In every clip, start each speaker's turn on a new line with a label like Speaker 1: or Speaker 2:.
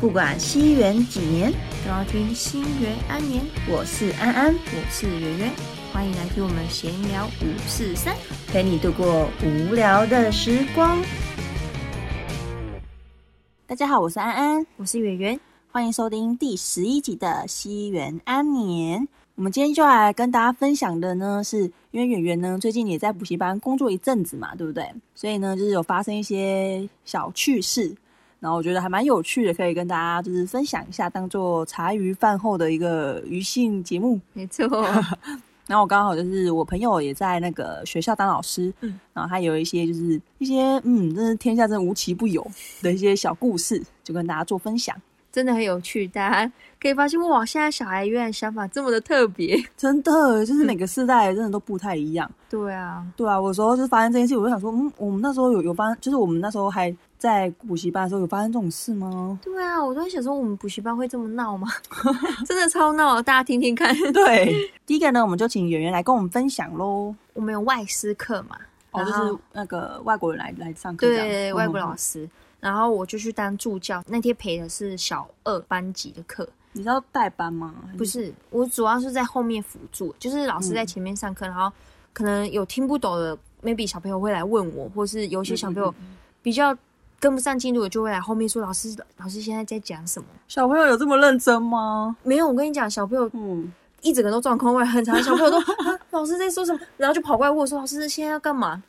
Speaker 1: 不管西元几年，
Speaker 2: 都要听新元安年。
Speaker 1: 我是安安，
Speaker 2: 我是圆圆，欢迎来听我们闲聊五四三。
Speaker 1: 陪你度过无聊的时光。大家好，我是安安，
Speaker 2: 我是圆圆，
Speaker 1: 欢迎收听第十一集的西元安年。我们今天就来跟大家分享的呢，是因为圆圆呢最近也在补习班工作一阵子嘛，对不对？所以呢，就是有发生一些小趣事，然后我觉得还蛮有趣的，可以跟大家就是分享一下，当做茶余饭后的一个余兴节目。
Speaker 2: 没错，
Speaker 1: 然后我刚好就是我朋友也在那个学校当老师，
Speaker 2: 嗯
Speaker 1: 然后他有一些就是一些嗯，真是天下真无奇不有的一些小故事，就跟大家做分享。
Speaker 2: 真的很有趣，大家可以发现哇，现在小孩原来想法这么的特别。
Speaker 1: 真的，就是每个世代真的都不太一样。
Speaker 2: 对啊，
Speaker 1: 对啊，我有时候就是发生这件事，我就想说，嗯，我们那时候有有发生，就是我们那时候还在补习班的时候有发生这种事吗？
Speaker 2: 对啊，我都在想说我们补习班会这么闹吗？ 真的超闹，大家听听看。
Speaker 1: 对，第一个呢，我们就请圆圆来跟我们分享喽。
Speaker 2: 我们有外师课嘛，
Speaker 1: 哦，就
Speaker 2: 然
Speaker 1: 是
Speaker 2: 后
Speaker 1: 那个外国人来来上课这样，
Speaker 2: 对，
Speaker 1: 嗯
Speaker 2: 外国老
Speaker 1: 嗯
Speaker 2: 师。然后我就去当助教，那天陪的是小二班级的课，
Speaker 1: 你知道代班吗？
Speaker 2: 不是，我主要是在后面辅助，就是老师在前面上课，然后可能有听不懂的，maybe 小朋友会来问我，或是有一些小朋友比较跟不上进度的，就会来后面说老师，老师现在在讲什么？
Speaker 1: 小朋友有这么认真吗？
Speaker 2: 没有，我跟你讲，小朋友
Speaker 1: 嗯，
Speaker 2: 一整个都状况外，很长，小朋友都、 啊、老师在说什么，然后就跑过来问我说，老师现在要干嘛？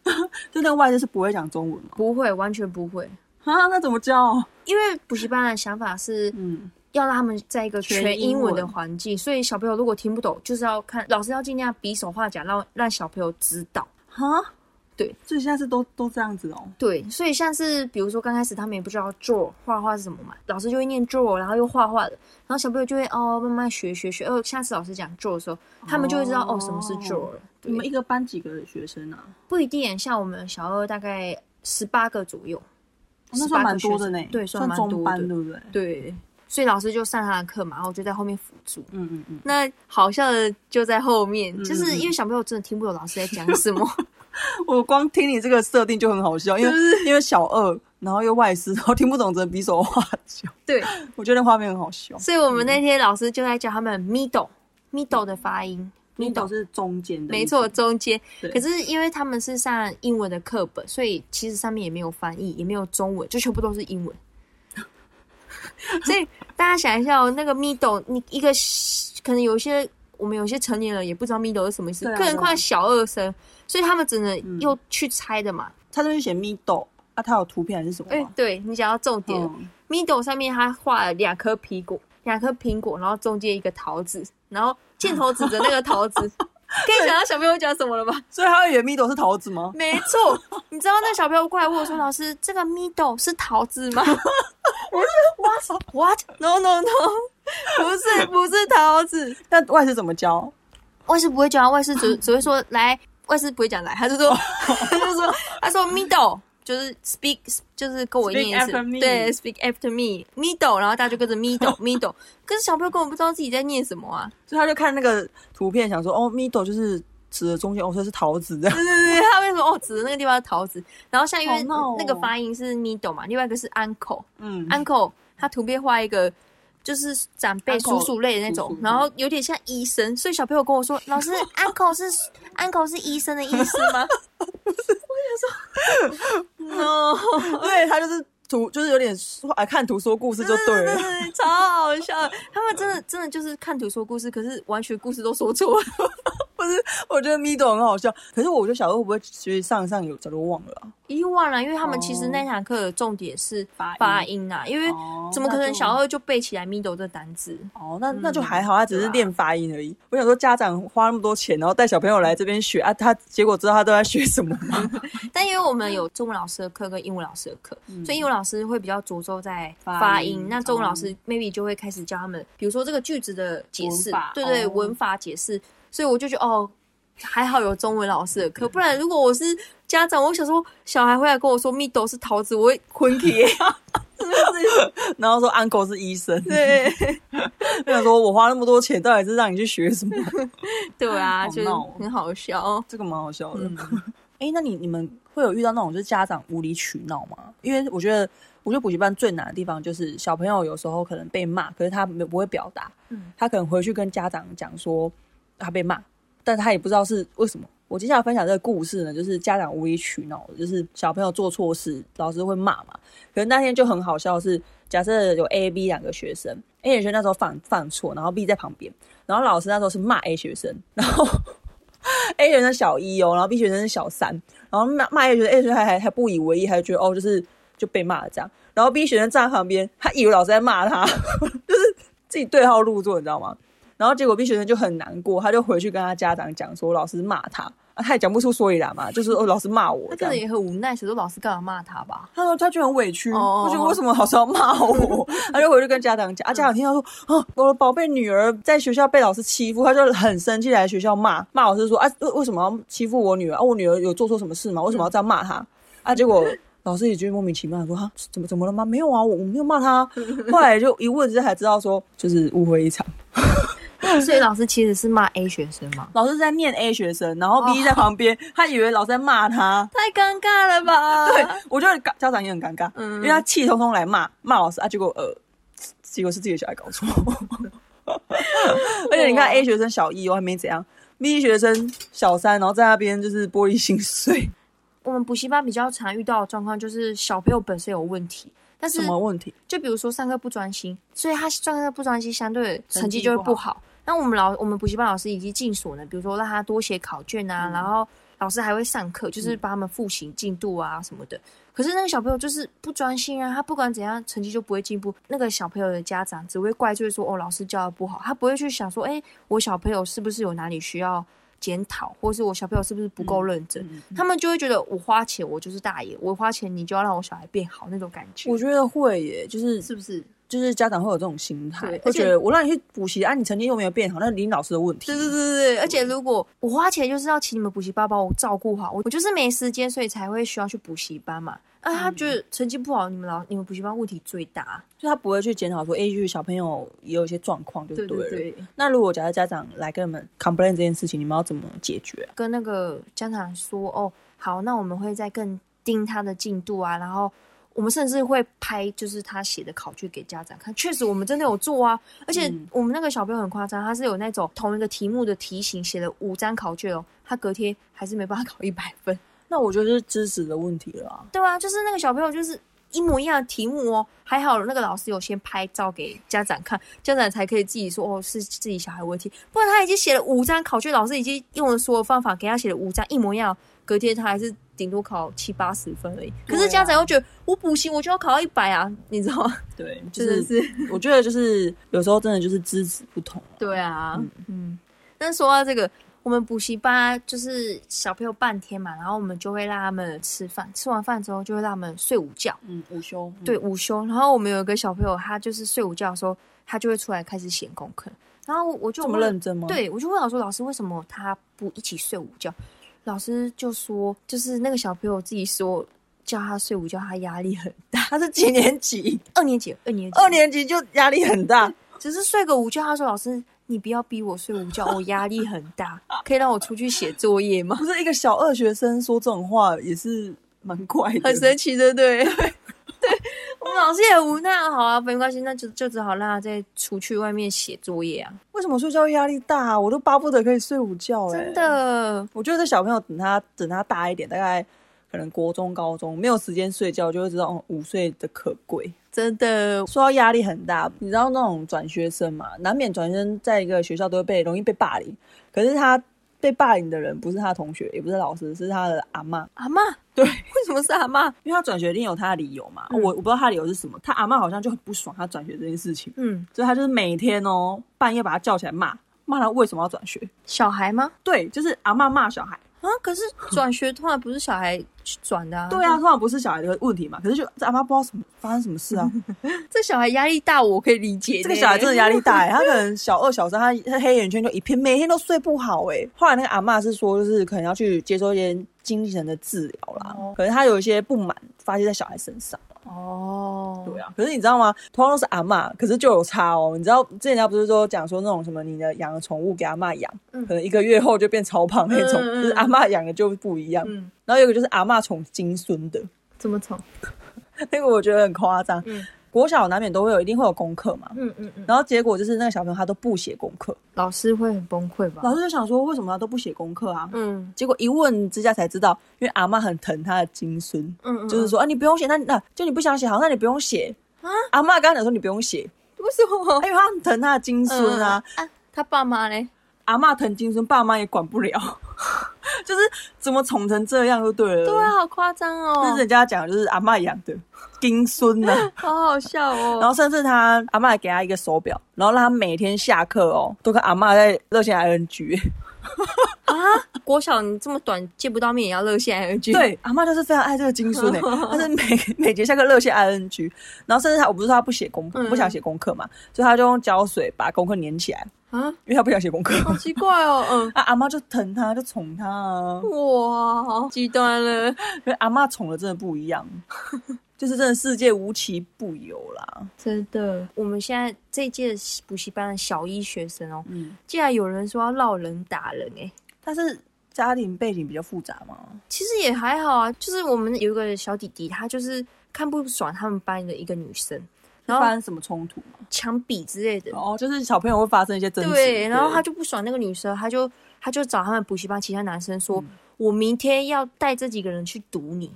Speaker 1: 就那个外师是不会讲中文吗？
Speaker 2: 不会，完全不会，
Speaker 1: 啊，那怎么教？
Speaker 2: 因为补习班的想法是
Speaker 1: 嗯，
Speaker 2: 要让他们在一个全
Speaker 1: 全英
Speaker 2: 英
Speaker 1: 文
Speaker 2: 文的环境，所以小朋友如果听不懂，就是要看老师要尽量比手画脚，让让小朋友知道。
Speaker 1: 哈，
Speaker 2: 对，
Speaker 1: 所以现在是都都这样子哦。
Speaker 2: 对，所以像是比如说刚开始他们也不知道 draw 画画是什么嘛，老师就会念 draw，然后又画画的，然后小朋友就会哦慢慢学学学，哦下次老师讲 draw 的时候，他们就会知道哦什么是 draw 了。
Speaker 1: 你们
Speaker 2: 对，
Speaker 1: 一个班几个学生啊？
Speaker 2: 不一定，像我们小二大概十八个左右，
Speaker 1: 哦那
Speaker 2: 18
Speaker 1: 算
Speaker 2: 个
Speaker 1: 蛮多
Speaker 2: 学
Speaker 1: 的
Speaker 2: 生
Speaker 1: 呢，
Speaker 2: 对，
Speaker 1: 算
Speaker 2: 蛮
Speaker 1: 中
Speaker 2: 多
Speaker 1: 班
Speaker 2: 的，
Speaker 1: 对不对？
Speaker 2: 对。所以老师就上他的课嘛，然后我就在后面辅助。
Speaker 1: 嗯嗯嗯。
Speaker 2: 那好笑的就在后面，就是
Speaker 1: 嗯
Speaker 2: 因为小朋友真的听不懂老师在讲什 么，
Speaker 1: 我光听你这个设定就很好笑，因为因为小二，然后又外师，然后听不懂只能比手画脚，
Speaker 2: 对，
Speaker 1: 我觉得那画面很好笑。
Speaker 2: 所以我
Speaker 1: 嗯
Speaker 2: 们那天老师就在教他们 middle middle 的发音，middle
Speaker 1: 是中间的，
Speaker 2: 没错，，中间。
Speaker 1: 对
Speaker 2: 可是因为他们是上英文的课本，所以其实上面也没有翻译，也没有中文，就全部都是英文。 所以大家想一下哦，那个 middle，你一个可能有一些我们有些成年人也不知道 middle 是什么意思
Speaker 1: 对，啊嗯
Speaker 2: 更何
Speaker 1: 对
Speaker 2: 况
Speaker 1: 啊
Speaker 2: 小二生，所以他们只能又去猜的嘛。
Speaker 1: 他就是写 middle 啊，他有图片还是什么
Speaker 2: 哎、
Speaker 1: 吗？
Speaker 2: 对你讲到重点了、
Speaker 1: 啊嗯，
Speaker 2: m i d d l e 上面他画了两颗苹果，两颗苹果，然后中间一个桃子，然后箭头指着那个桃 子，可以想到小朋友讲什么了吧？
Speaker 1: 所以他会以为 middle 是桃子吗？
Speaker 2: 没错，你知道那小朋友过来问我说：“老师，这个 middle 是桃子吗
Speaker 1: 哇塞，
Speaker 2: ？”What? No no no，不是不是桃子。
Speaker 1: 那外师怎么教？
Speaker 2: 外事不会讲，外事 只只会说来，外事不会讲来，他就说 他就说他说 middle 就是 speak 就是跟我
Speaker 1: Speak
Speaker 2: 念一次
Speaker 1: after me，
Speaker 2: 对，speak after me middle，然后大家就 跟着 middle middle，可是小朋友根本不知道自己在念什么啊，
Speaker 1: 所以他就看那个图片，想说哦，middle 就是指的中间，哦，所以是桃子这样。
Speaker 2: 对对对，他为什么哦指着那个地方的桃子，然后像因为
Speaker 1: 好闹哦
Speaker 2: 那个发音是 middle 嘛，另外一个是 uncle。
Speaker 1: 嗯，
Speaker 2: uncle 他图片画一个就是长辈
Speaker 1: Uncle，
Speaker 2: 叔叔类的那种
Speaker 1: 叔，叔
Speaker 2: 然后有点像医生，所以小朋友跟我说， 老师 uncle 是 uncle 是医生的意思吗？ 我想说 no。
Speaker 1: 对他就是图，就是有点说哎，看图说故事就对了。
Speaker 2: 嗯 对，超好笑！他们真的真的就是看图说故事，可是完全故事都说错了。
Speaker 1: 我觉得 middle 很好笑，可是我觉得小二会不会其实上一上有早就忘了啊、
Speaker 2: 遗忘了，因为他们其实
Speaker 1: 哦
Speaker 2: 那堂课的重点是
Speaker 1: 发音
Speaker 2: 发音啊，因为
Speaker 1: 哦
Speaker 2: 怎么可
Speaker 1: 那
Speaker 2: 能
Speaker 1: 就
Speaker 2: 小二就背起来 middle 这单词？
Speaker 1: 哦，那那就
Speaker 2: 嗯
Speaker 1: 还好，他只
Speaker 2: 对
Speaker 1: 是
Speaker 2: 啊
Speaker 1: 练发音而已。我想说，家长花那么多钱，然后带小朋友来这边学啊，他结果知道他都在学什么吗？
Speaker 2: 但因为我们有中文老师的课跟英文老师的课，所以英文老师会比较着重在
Speaker 1: 发
Speaker 2: 嗯发
Speaker 1: 音
Speaker 2: 音，哦那中文老师 maybe 就会开始教他们，比如说这个句子的解释
Speaker 1: 文法，
Speaker 2: 对对，
Speaker 1: 哦
Speaker 2: 文法解释。所以我就觉得哦，还好有中文老师的课，不然如果我是家长，我想说小孩回来跟我说 middle 是桃子，我会 困起。
Speaker 1: 然后说 uncle 是医生，
Speaker 2: 对
Speaker 1: 我想说我花那么多钱，到底是让你去学什么？
Speaker 2: 对啊，
Speaker 1: 好
Speaker 2: 就是
Speaker 1: 闹哦
Speaker 2: 很好笑。
Speaker 1: 这个蛮好笑的。
Speaker 2: 嗯
Speaker 1: 哎、那你你们会有遇到那种就是家长无理取闹吗？因为我觉得，我觉得补习班最难的地方就是小朋友有时候可能被骂，可是他没有不会表达，
Speaker 2: 嗯
Speaker 1: 他可能回去跟家长讲说他被骂，但他也不知道是为什么。我接下来分享这个故事呢，就是家长无理取闹，就是小朋友做错事，老师会骂嘛。可是那天就很好笑是，假设有 A、B 两个学生，A 学生那时候犯犯错，然后 B 在旁边，然后老师那时候是骂 A 学生， 然后 A 学生小一哦，然后 B 学生是小三，然后骂骂 A 学生，A 学生还还还不以为意，还觉得哦就是就被骂了这样，然后 B 学生站在旁边，他以为老师在骂他， 自己对号入座，你知道吗？然后结果 B 学生就很难过，他就回去跟他家长讲说老师骂他，啊、他也讲不出所以然嘛，就是哦老师骂我
Speaker 2: 他
Speaker 1: 这
Speaker 2: 可
Speaker 1: 样
Speaker 2: 能。也很无奈，想说老师干嘛骂他 吧？
Speaker 1: 他说他就很委屈，
Speaker 2: 哦
Speaker 1: 我觉得为什么老师要骂我？他就回去跟家长讲，啊，家长听到说，啊，我的宝贝女儿在学校被老师欺负，他就很生气来学校骂，骂老师说，啊，为为什么要欺负我女儿？啊，我女儿有做错什么事吗？为什么要这样骂她？啊，结果老师也觉得莫名其妙，说啊，怎么怎么了吗？没有啊，我我没有骂她啊。后来就一问之才知道说，就是误会一场。
Speaker 2: 所以老师其实是骂 A 学生嘛？
Speaker 1: 老师在念 A 学生，然后
Speaker 2: 哦
Speaker 1: B 在旁边，他以为老师在骂他。
Speaker 2: 太尴尬了 吧？
Speaker 1: 对，我觉得家家长也很尴尬，
Speaker 2: 嗯
Speaker 1: 因为他气冲冲来骂骂老师啊，结果呃，结果是自己的小孩搞 错。而且你看
Speaker 2: 哇
Speaker 1: A 学生小一哦，还没怎样，B 学生小三，然后在那边就是玻璃心碎，
Speaker 2: 我们补习班比较常遇到的状况就是小朋友本身有问题，但是
Speaker 1: 什么问题？
Speaker 2: 就比如说上课不专心，所以他上课不专心，相对成绩就会
Speaker 1: 成绩
Speaker 2: 不
Speaker 1: 不
Speaker 2: 好。那我们老我们补习班老师已经尽所能，比如说让他多写考卷啊，然后老师还会上课，就是帮他们复习进度啊什么的。可是那个小朋友就是不专心啊，他不管怎样成绩就不会进步。那个小朋友的家长只会怪罪说：“哦，老师教的不好。”他不会去想说：“哎，我小朋友是不是有哪里需要检讨，或是我小朋友是不是不够认真？”他们就会觉得我花钱我就是大爷，我花钱你就要让我小孩变好那种感觉，
Speaker 1: 我觉得会耶，就是
Speaker 2: 是不是？
Speaker 1: 就是家长会有这种心态
Speaker 2: 对，
Speaker 1: 会
Speaker 2: 而且
Speaker 1: 觉得我让你去补习啊，你成绩又没有变好，那是林老师的问题。
Speaker 2: 对对对对对，而且如果我花钱就是要请你们补习班帮我照顾好，我我就是没时间，所以才会需要去补习班嘛。啊，他
Speaker 1: 嗯
Speaker 2: 觉得成绩不好，你们老你们补习班问题最大。
Speaker 1: 就他不会去检讨说，哎、就是小朋友也有一些状况，就对了。
Speaker 2: 对，
Speaker 1: 那如果假设家长来跟你们 complain 这件事情，你们要怎么解决啊、
Speaker 2: 跟那个家长说哦，好，那我们会再更盯他的进度啊，然后我们甚至会拍就是他写的考卷给家长看，确实我们真的有做啊，而且
Speaker 1: 嗯
Speaker 2: 我们那个小朋友很夸张，他是有那种同一个题目的题型写了五张考卷哦，他隔天还是没办法考一百分。
Speaker 1: 那我觉得是知识的问题了啊。
Speaker 2: 对啊，就是那个小朋友就是一模一样的题目哦，还好那个老师有先拍照给家长看，家长才可以自己说哦是自己小孩问题，不然他已经写了五张考卷，老师已经用了所有方法给他写了五张一模一样，隔天他还是顶多考七八十分而已。可是家长又觉得、我补习我就要考到一百啊，你知道吗？
Speaker 1: 对，就
Speaker 2: 真的
Speaker 1: 是
Speaker 2: 是
Speaker 1: 我觉得就是有时候真的就是知识不同啊、
Speaker 2: 对啊，嗯。但说到这个，我们补习班就是小朋友半天嘛，然后我们就会让他们吃饭，吃完饭之后就会让他们睡午觉。
Speaker 1: 嗯，午休
Speaker 2: 对，午休。然后我们有一个小朋友，他就是睡午觉的时候，他就会出来开始写功课。然后我就
Speaker 1: 这么
Speaker 2: 问
Speaker 1: 认真吗？，
Speaker 2: 对，我就问老师，老师为什么他不一起睡午觉？老师就说，就是那个小朋友自己说，叫他睡午觉，他压力很大。
Speaker 1: 他是几年级？
Speaker 2: 二年级， 二年级，
Speaker 1: 二年级就压力很大，
Speaker 2: 只是睡个午觉。他说，老师，你不要逼我睡午觉，我压力很大，可以让我出去写作业吗？
Speaker 1: 不是一个小二学生说这种话也是蛮怪的，
Speaker 2: 很神奇，对不对？对， 我们老师也无奈，好啊，没关系，那就就只好让他再出去外面写作业啊。
Speaker 1: 为什么睡觉压力大、啊？我都巴不得可以睡午觉、欸，
Speaker 2: 真。的，
Speaker 1: 我觉得这小朋友等他等他大一点，大概可能国中、高中没有时间睡觉，就会知道哦午睡的可贵。
Speaker 2: 真的，
Speaker 1: 说到压力很大，你知道那种转学生嘛，难免转学生在一个学校都会被容易被霸凌。可是他被霸凌的人不是他同学，也不是老师，是他的阿妈。
Speaker 2: 阿妈，
Speaker 1: 对
Speaker 2: 为什么是阿妈？
Speaker 1: 因为他转学一定有他的理由嘛，
Speaker 2: 嗯
Speaker 1: 我我不知道他的理由是什么。他阿妈好像就很不爽他转学这件事情，
Speaker 2: 嗯，
Speaker 1: 所以他就是每天哦半夜把他叫起来骂，骂他为什么要转学。
Speaker 2: 小孩吗？
Speaker 1: 对，就是阿妈骂小孩。
Speaker 2: 啊，可是 转学通常不是小孩转的啊。
Speaker 1: 对啊，，通常不是小孩的问题嘛，可是就这阿妈不知道什么发生什么事啊。
Speaker 2: 这小孩压力大，我可以理解。
Speaker 1: 这个小孩真的压力大、欸，他可 能小二、小三，他他黑眼圈就一片，每天都睡不好哎、后来那个阿嬷是说，就是可能要去接受一些精神的治疗啦，
Speaker 2: 哦
Speaker 1: 可能他有一些不满发泄在小孩身上，
Speaker 2: 哦，哦，
Speaker 1: 对啊，可是你知道吗？同样都是阿嬷，可是就有差哦。你知道之前人家不是说讲说那种什么你的养的宠物给阿嬷养，
Speaker 2: 嗯
Speaker 1: 可能一个月后就变超胖那种，
Speaker 2: 嗯嗯嗯
Speaker 1: 就是阿嬷养的就不一样。
Speaker 2: 嗯，
Speaker 1: 然后有一个就是阿嬷宠金孙的，
Speaker 2: 怎么宠？
Speaker 1: 那个我觉得很夸张。
Speaker 2: 嗯
Speaker 1: 国小难免都会有一定会有功课嘛，
Speaker 2: 嗯嗯嗯，
Speaker 1: 然后结果就是那个小朋友他都不写功课，
Speaker 2: 老师会很崩溃吧？
Speaker 1: 老师就想说为什么他都不写功课啊？
Speaker 2: 嗯
Speaker 1: 结果一问之下才知道，因为阿嬷很疼他的金孙，
Speaker 2: 嗯嗯，
Speaker 1: 就是说啊你不用写，那那就你不想写好，那你不用写。
Speaker 2: 啊
Speaker 1: 阿嬷刚刚讲说你不用写，
Speaker 2: 为什么
Speaker 1: 啊因为他很疼他的金孙啊，
Speaker 2: 啊，他爸妈嘞？
Speaker 1: 阿嬷疼金孙，爸妈也管不了， 就是怎么宠成这样就对了。
Speaker 2: 对啊，，好夸张
Speaker 1: 那是
Speaker 2: 哦，
Speaker 1: 人家讲的就是阿嬷养的金孙呐、
Speaker 2: 好好笑哦。
Speaker 1: 然后甚至他阿嬷还给他一个手表，然后让他每天下课哦，都跟阿嬷在热线 ING。
Speaker 2: 啊，国小你这么短见不到面也要热线 NG？，
Speaker 1: 对，阿嬷就是非常爱这个金孙诶，但是每每节下课热线 ING，然后甚至他我不是说他不写功
Speaker 2: 嗯
Speaker 1: 不想写功课嘛，所以他就用胶水把功课粘起来，
Speaker 2: 啊，
Speaker 1: 因为他不想写功课。
Speaker 2: 好奇怪哦，嗯。
Speaker 1: 啊，阿嬷就疼他，就宠他啊，
Speaker 2: 哇，好极端了！
Speaker 1: 因为阿嬷宠的真的不一样，就是真的世界无奇不有啦。
Speaker 2: 真的，我们现在这一届补习班的小一学生哦，
Speaker 1: 嗯，
Speaker 2: 竟然有人说要闹人打人哎、
Speaker 1: 但是家庭背景比较复杂嘛，
Speaker 2: 其实也还好啊。就是我们有一个小弟弟，他就是看不爽他们班的一个女生，然
Speaker 1: 发
Speaker 2: 后
Speaker 1: 生什么冲突嘛？
Speaker 2: 抢笔之类的，
Speaker 1: 哦，就是小朋友会发生一些争执，
Speaker 2: 对，然后他就不爽那个女生，他就他就找他们补习班其他男生说，
Speaker 1: 嗯
Speaker 2: 我明天要带这几个人去堵你，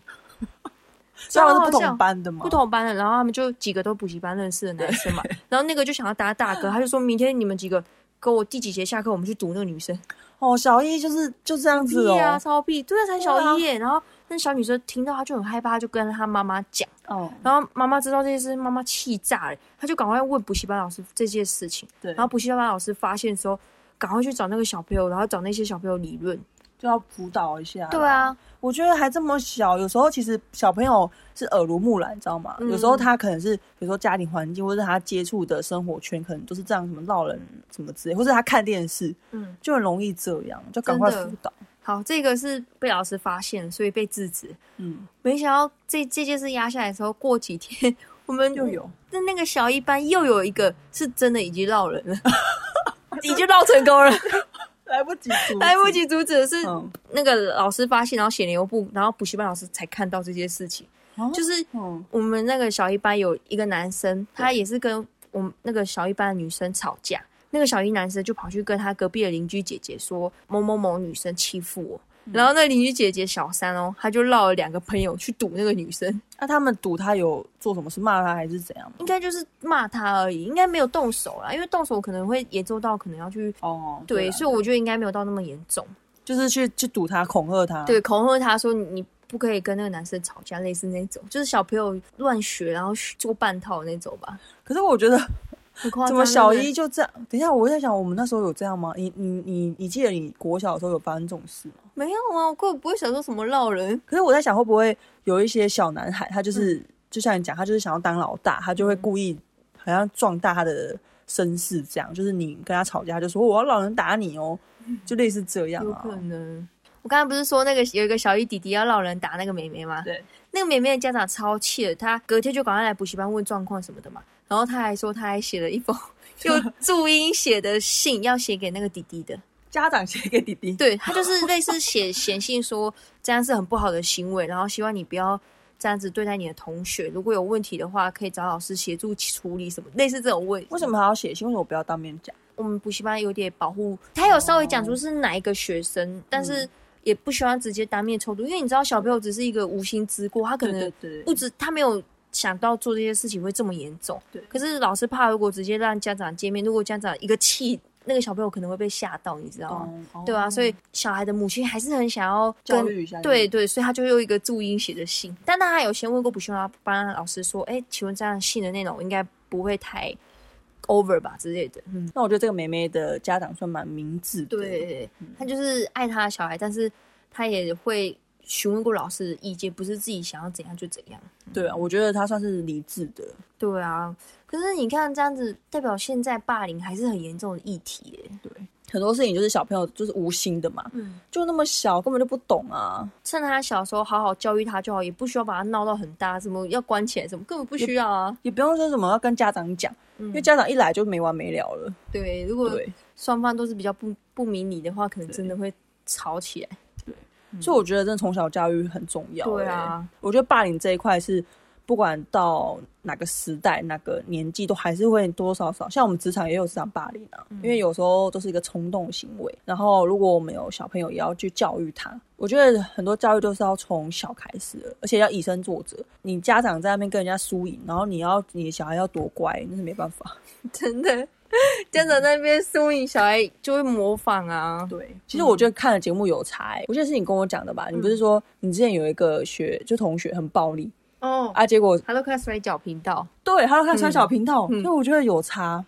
Speaker 1: 虽然是
Speaker 2: 好
Speaker 1: 不同
Speaker 2: 像
Speaker 1: 班的嘛，
Speaker 2: 不同班的，然后他们就几个都补习班认识的男生嘛， 然后那个就想要打大哥，他就说明天你们几个跟我第几节下课，我们去堵那个女生。
Speaker 1: 哦，小一就是就这样子
Speaker 2: 屁
Speaker 1: 哦，
Speaker 2: 啊，超屁，对啊，才小一耶。然后那小女生听到，她就很害怕，她就跟她妈妈讲，
Speaker 1: 哦，
Speaker 2: 然后妈妈知道这件事，妈妈气炸了，她就赶快问补习班老师这件事情。
Speaker 1: 对，
Speaker 2: 然后补习班老师发现的时候，赶快去找那个小朋友，然后找那些小朋友理论。
Speaker 1: 就要辅导一下。
Speaker 2: 对，啊，
Speaker 1: 我觉得还这么小，有时候其实小朋友是耳濡目染，你知道吗？
Speaker 2: 嗯
Speaker 1: 有时候他可能是，比如说家庭环境，或者他接触的生活圈，可能都是这样，什么闹人什么之类，或者他看电视，
Speaker 2: 嗯，
Speaker 1: 就很容易这样，就赶快
Speaker 2: 真的
Speaker 1: 辅导。
Speaker 2: 好，这个是被老师发现，所以被制止。
Speaker 1: 嗯，
Speaker 2: 没想到这这件事压下来的时候，过几天我们
Speaker 1: 又有
Speaker 2: 那那个小一班又有一个是真的已经绕 人了，已经绕成功了，
Speaker 1: 来不及，
Speaker 2: 来不。及阻止的是
Speaker 1: 嗯，
Speaker 2: 那个老师发现，然后血流不，然后补习班老师才看到这件事情。
Speaker 1: 啊
Speaker 2: 就是
Speaker 1: 嗯，
Speaker 2: 我们那个小一班有一个男生，他也是跟我们那个小一班的女生吵架，那个小一男生就跑去跟他隔壁的邻居姐姐说某某某女生欺负我。
Speaker 1: 嗯
Speaker 2: 然后那邻居姐姐小三哦，他就绕了两个朋友去堵那个女生，
Speaker 1: 那、他们赌他有做什么事，骂他还是怎样吗？
Speaker 2: 应该就是骂他而已，应该没有动手啦，因为动手可能会严重到可能要去
Speaker 1: 哦，
Speaker 2: 对，
Speaker 1: 啊
Speaker 2: 所以我觉得应该没有到那么严重。
Speaker 1: 就是去去堵他，恐吓他。，
Speaker 2: 对，恐吓他说你你不可以跟那个男生吵架，类似那种，就是小朋友乱学，然后学做半套那种吧，
Speaker 1: 可是我觉得
Speaker 2: 很夸张。
Speaker 1: 怎么小
Speaker 2: 对
Speaker 1: 一就这样？等一下，我在想，我们那时候有这样吗？你你你你记得你国小的时候有发生这种事吗？
Speaker 2: 不对没有啊？我根本不会想说什么闹人。
Speaker 1: 可是我在想，会不会有一些小男孩，他就是、
Speaker 2: 嗯
Speaker 1: 就像你讲，他就是想要当老大，他就会故意好像壮大他的身世，这样就是你跟他吵架，他就说我要老人打你哦，就类似这样
Speaker 2: 嗯有
Speaker 1: 啊。
Speaker 2: 可能。哦我刚才不是说那个有一个小一弟弟要闹人打那个妹妹吗？
Speaker 1: 对，
Speaker 2: 那个妹妹的家长超气的，他隔天就赶快来补习班问状况什么的嘛。然后他还说他还写了一封 用注音写的信，要写给那个弟弟的。
Speaker 1: 家长写给弟弟，
Speaker 2: 对他就是类似 写写信说这样是很不好的行为，然后希望你不要这样子对待你的同学，如果有问题的话，可以找老师协助处理什么，类似这种问题。
Speaker 1: 为什么还要写信？为什么不要当面讲？
Speaker 2: 我们补习班有点保护？他有稍微讲出是哪一个学生，但
Speaker 1: 嗯
Speaker 2: 是也不希望直接当面抽毒，因为你知道小朋友只是一个无心之过，他可能
Speaker 1: 对
Speaker 2: 不，知他没有。想到做这些事情会这么严重，
Speaker 1: 对
Speaker 2: 可是老师怕，如果直接让家长见面，如果家长一个气，那个小朋友可能会被吓到，你知道吗？
Speaker 1: 哦
Speaker 2: 对啊，所以小孩的母亲还是很想要
Speaker 1: 教
Speaker 2: 跟
Speaker 1: 育一下，
Speaker 2: 对，对，所以他就用一个注音写的信，但他还有先问过补习班班老师说，哎，请问这样信的内容应该不会太 over 吧之类的，嗯，
Speaker 1: 那我觉得这个妹妹的家长算蛮明智的，
Speaker 2: 对，嗯他就是爱他的小孩，但是他也会询问过老师的意见，不是自己想要怎样就怎样。
Speaker 1: 对啊，我觉得她算是理智的，
Speaker 2: 对啊，可是你看这样子，代表现在霸凌还是很严重的议题耶。
Speaker 1: 对，很多事情就是小朋友就是无心的嘛，
Speaker 2: 嗯，
Speaker 1: 就那么小，根本就不懂啊，
Speaker 2: 趁他小时候好好教育他就好，也不需要把他闹到很大，什么要关起来，什么根本不需要啊。
Speaker 1: 也不用说什么要跟家长讲，因为
Speaker 2: 嗯，
Speaker 1: 家长一来就没完没了了。
Speaker 2: 对，如果
Speaker 1: 对，
Speaker 2: 双方都是比较不不明理的话，可能真的会吵起来。
Speaker 1: 所以我觉得真的从小教育很重要、
Speaker 2: 嗯对啊，
Speaker 1: 欸，我觉得霸凌这一块是不管到哪个时代、哪个年纪，都还是会多多少少。像我们职场也有职场霸凌啊，
Speaker 2: 嗯
Speaker 1: 因为有时候都是一个冲动行为。然后如果我们有小朋友，也要去教育他。我觉得很多教育都是要从小开始的，而且要以身作则。你家长在那边跟人家输赢，然后你要你的小孩要多乖，那是没办法。
Speaker 2: 真的，家长在那边输赢，小孩就会模仿啊。
Speaker 1: 对，其实我觉得看了节目有差、欸，我记得是你跟我讲的吧？你
Speaker 2: 嗯
Speaker 1: 不是说你之前有一个学就同学很暴力
Speaker 2: 哦
Speaker 1: 啊，结果
Speaker 2: Hello Class 摔跤频道，
Speaker 1: 对，还有看摔跤频道，
Speaker 2: 嗯嗯
Speaker 1: 所以我觉得有差。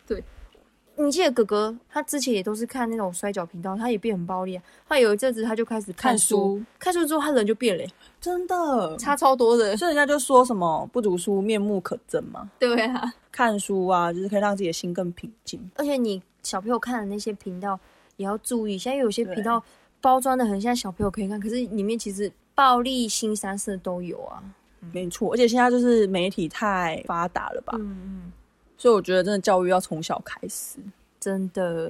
Speaker 2: 你记得哥哥他之前也都是看那种摔跤频道，他也变很暴力、啊。他有一阵子他就开始看
Speaker 1: 看
Speaker 2: 书，
Speaker 1: 书
Speaker 2: 看书之后他人就变了欸、
Speaker 1: 真的，
Speaker 2: 差超多的。
Speaker 1: 所以人家就说什么不读书面目可憎嘛，
Speaker 2: 对啊，
Speaker 1: 看书啊，就是可以让自己的心更平静。
Speaker 2: 而且你小朋友看的那些频道也要注意，现在有些
Speaker 1: 对
Speaker 2: 频道包装的很像小朋友可以看，可是里面其实暴力、新三色都有啊。
Speaker 1: 没错，而且现在就是媒体太发达了吧，
Speaker 2: 嗯嗯，
Speaker 1: 所以我觉得真的教育要从小开始。
Speaker 2: 真的，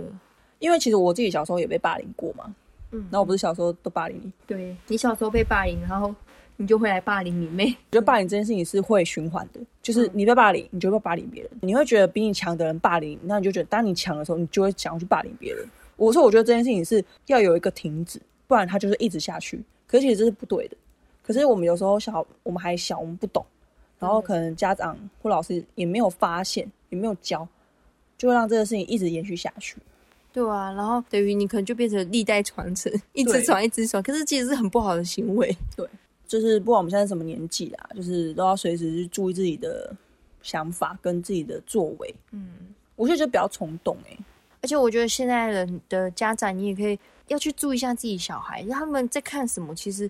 Speaker 1: 因为其实我自己小时候也被霸凌过嘛，
Speaker 2: 嗯，
Speaker 1: 那我不是小时候都霸凌你，
Speaker 2: 对你小时候被霸凌，然后你就会来霸凌你妹。
Speaker 1: 我觉得霸凌这件事情是会循环的，就是你被霸凌，你就会霸凌别人，你会觉得比你强的人霸凌，那你就觉得当你强的时候，你就会想要去霸凌别人。我说，我觉得这件事情是要有一个停止，不然它就是一直下去。可是其实这是不对的。可是我们有时候小，我们还小，我们不懂，然后可能家长或老师也没有发现，也没有教，就会让这个事情一直延续下去。
Speaker 2: 对啊，然后等于你可能就变成历代传承，一直
Speaker 1: 对
Speaker 2: 传一直传，可是其实是很不好的行为。
Speaker 1: 就是不管我们现在什么年纪啦，就是都要随时去注意自己的想法跟自己的作为。
Speaker 2: 嗯，
Speaker 1: 我就觉得比较冲动哎、欸
Speaker 2: 而且我觉得现在人的家长，你也可以要去注意一下自己小孩，他们在看什么，其实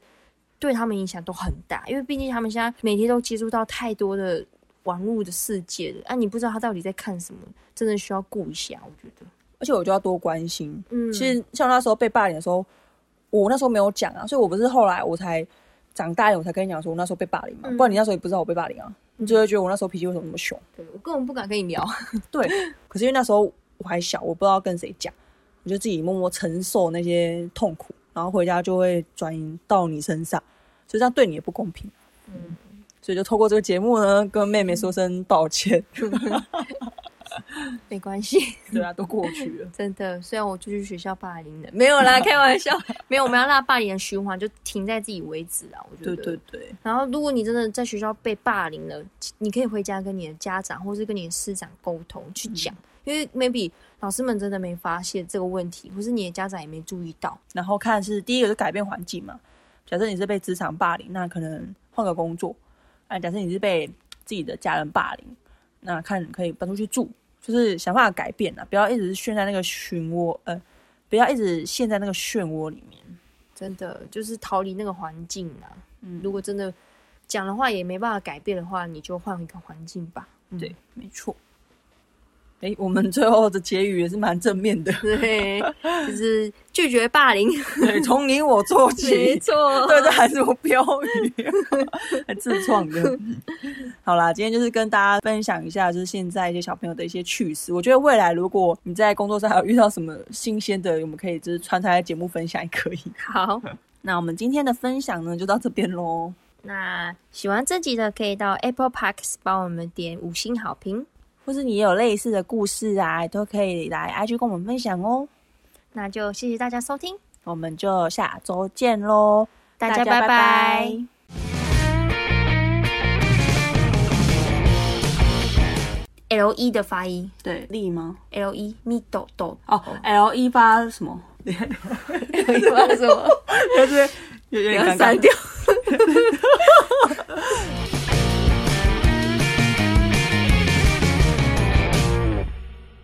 Speaker 2: 对他们影响都很大，因为毕竟他们现在每天都接触到太多的网络的世界了，啊，你不知道他到底在看什么，真的需要顾一下，我觉得。
Speaker 1: 而且我就要多关心。
Speaker 2: 嗯，
Speaker 1: 其实像那时候被霸凌的时候，我那时候没有讲啊，所以我不是后来我才长大一点，我才跟你讲说我那时候被霸凌嘛，
Speaker 2: 嗯
Speaker 1: 不然你那时候也不知道我被霸凌啊，你就会觉得我那时候脾气为什么那么凶。
Speaker 2: 对我根本不敢跟你聊。
Speaker 1: 可是因为那时候我还小，我不知道跟谁讲，我就自己默默承受那些痛苦，然后回家就会转移到你身上，所以这样对你也不公平。
Speaker 2: 嗯
Speaker 1: 所以就透过这个节目呢，跟妹妹说声抱歉。
Speaker 2: 没关系，
Speaker 1: 对啊，都过去了。
Speaker 2: 真的。虽然我就去学校霸凌了，没有啦，开玩笑，没有。我们要让霸凌的循环就停在自己为止啊，我觉
Speaker 1: 对
Speaker 2: 得。
Speaker 1: 对对，
Speaker 2: 然后，如果你真的在学校被霸凌了，你可以回家跟你的家长或是跟你的师长沟通去讲，因为 maybe 老师们真的没发现这个问题，或是你的家长也没注意到。
Speaker 1: 然后看是第一个是改变环境嘛。假设你是被职场霸凌，那可能换个工作；啊，假设你是被自己的家人霸凌，那看可以搬出去住，就是想办法改变啊，不要一直陷在那个漩涡，呃，不要一直陷在那个漩涡里面。
Speaker 2: 真的就是逃离那个环境啊。
Speaker 1: 嗯
Speaker 2: 如果真的讲的话也没办法改变的话，你就换一个环境吧。
Speaker 1: 对，没错。哎，我们最后的结语也是蛮正面的，
Speaker 2: 对，就是拒绝霸凌，
Speaker 1: 对，从你我做
Speaker 2: 没
Speaker 1: 起，
Speaker 2: 错。
Speaker 1: 对，这还是我标语，啊还自创的。好啦，今天就是跟大家分享一下，就是现在一些小朋友的一些趣事。我觉得未来如果你在工作上还有遇到什么新鲜的，我们可以就是穿插在节目分享也可以。
Speaker 2: 好，
Speaker 1: 那我们今天的分享呢，就 到这边喽。
Speaker 2: 那喜欢这集的可以到 Apple Parks 帮我们点五星好评。
Speaker 1: 或是你也有类似的故事啊，也都可以来 IG 跟我们分享哦。
Speaker 2: 那就谢谢大家收听，
Speaker 1: 我们就下周见喽，
Speaker 2: 大家拜拜。L E 的发音
Speaker 1: 对，力吗？
Speaker 2: ，L E 咪抖抖
Speaker 1: 哦，L 一发什么？
Speaker 2: 什么？
Speaker 1: 就是有有
Speaker 2: 不
Speaker 1: 点
Speaker 2: 要
Speaker 1: 尴
Speaker 2: 删
Speaker 1: 尬。
Speaker 2: 掉。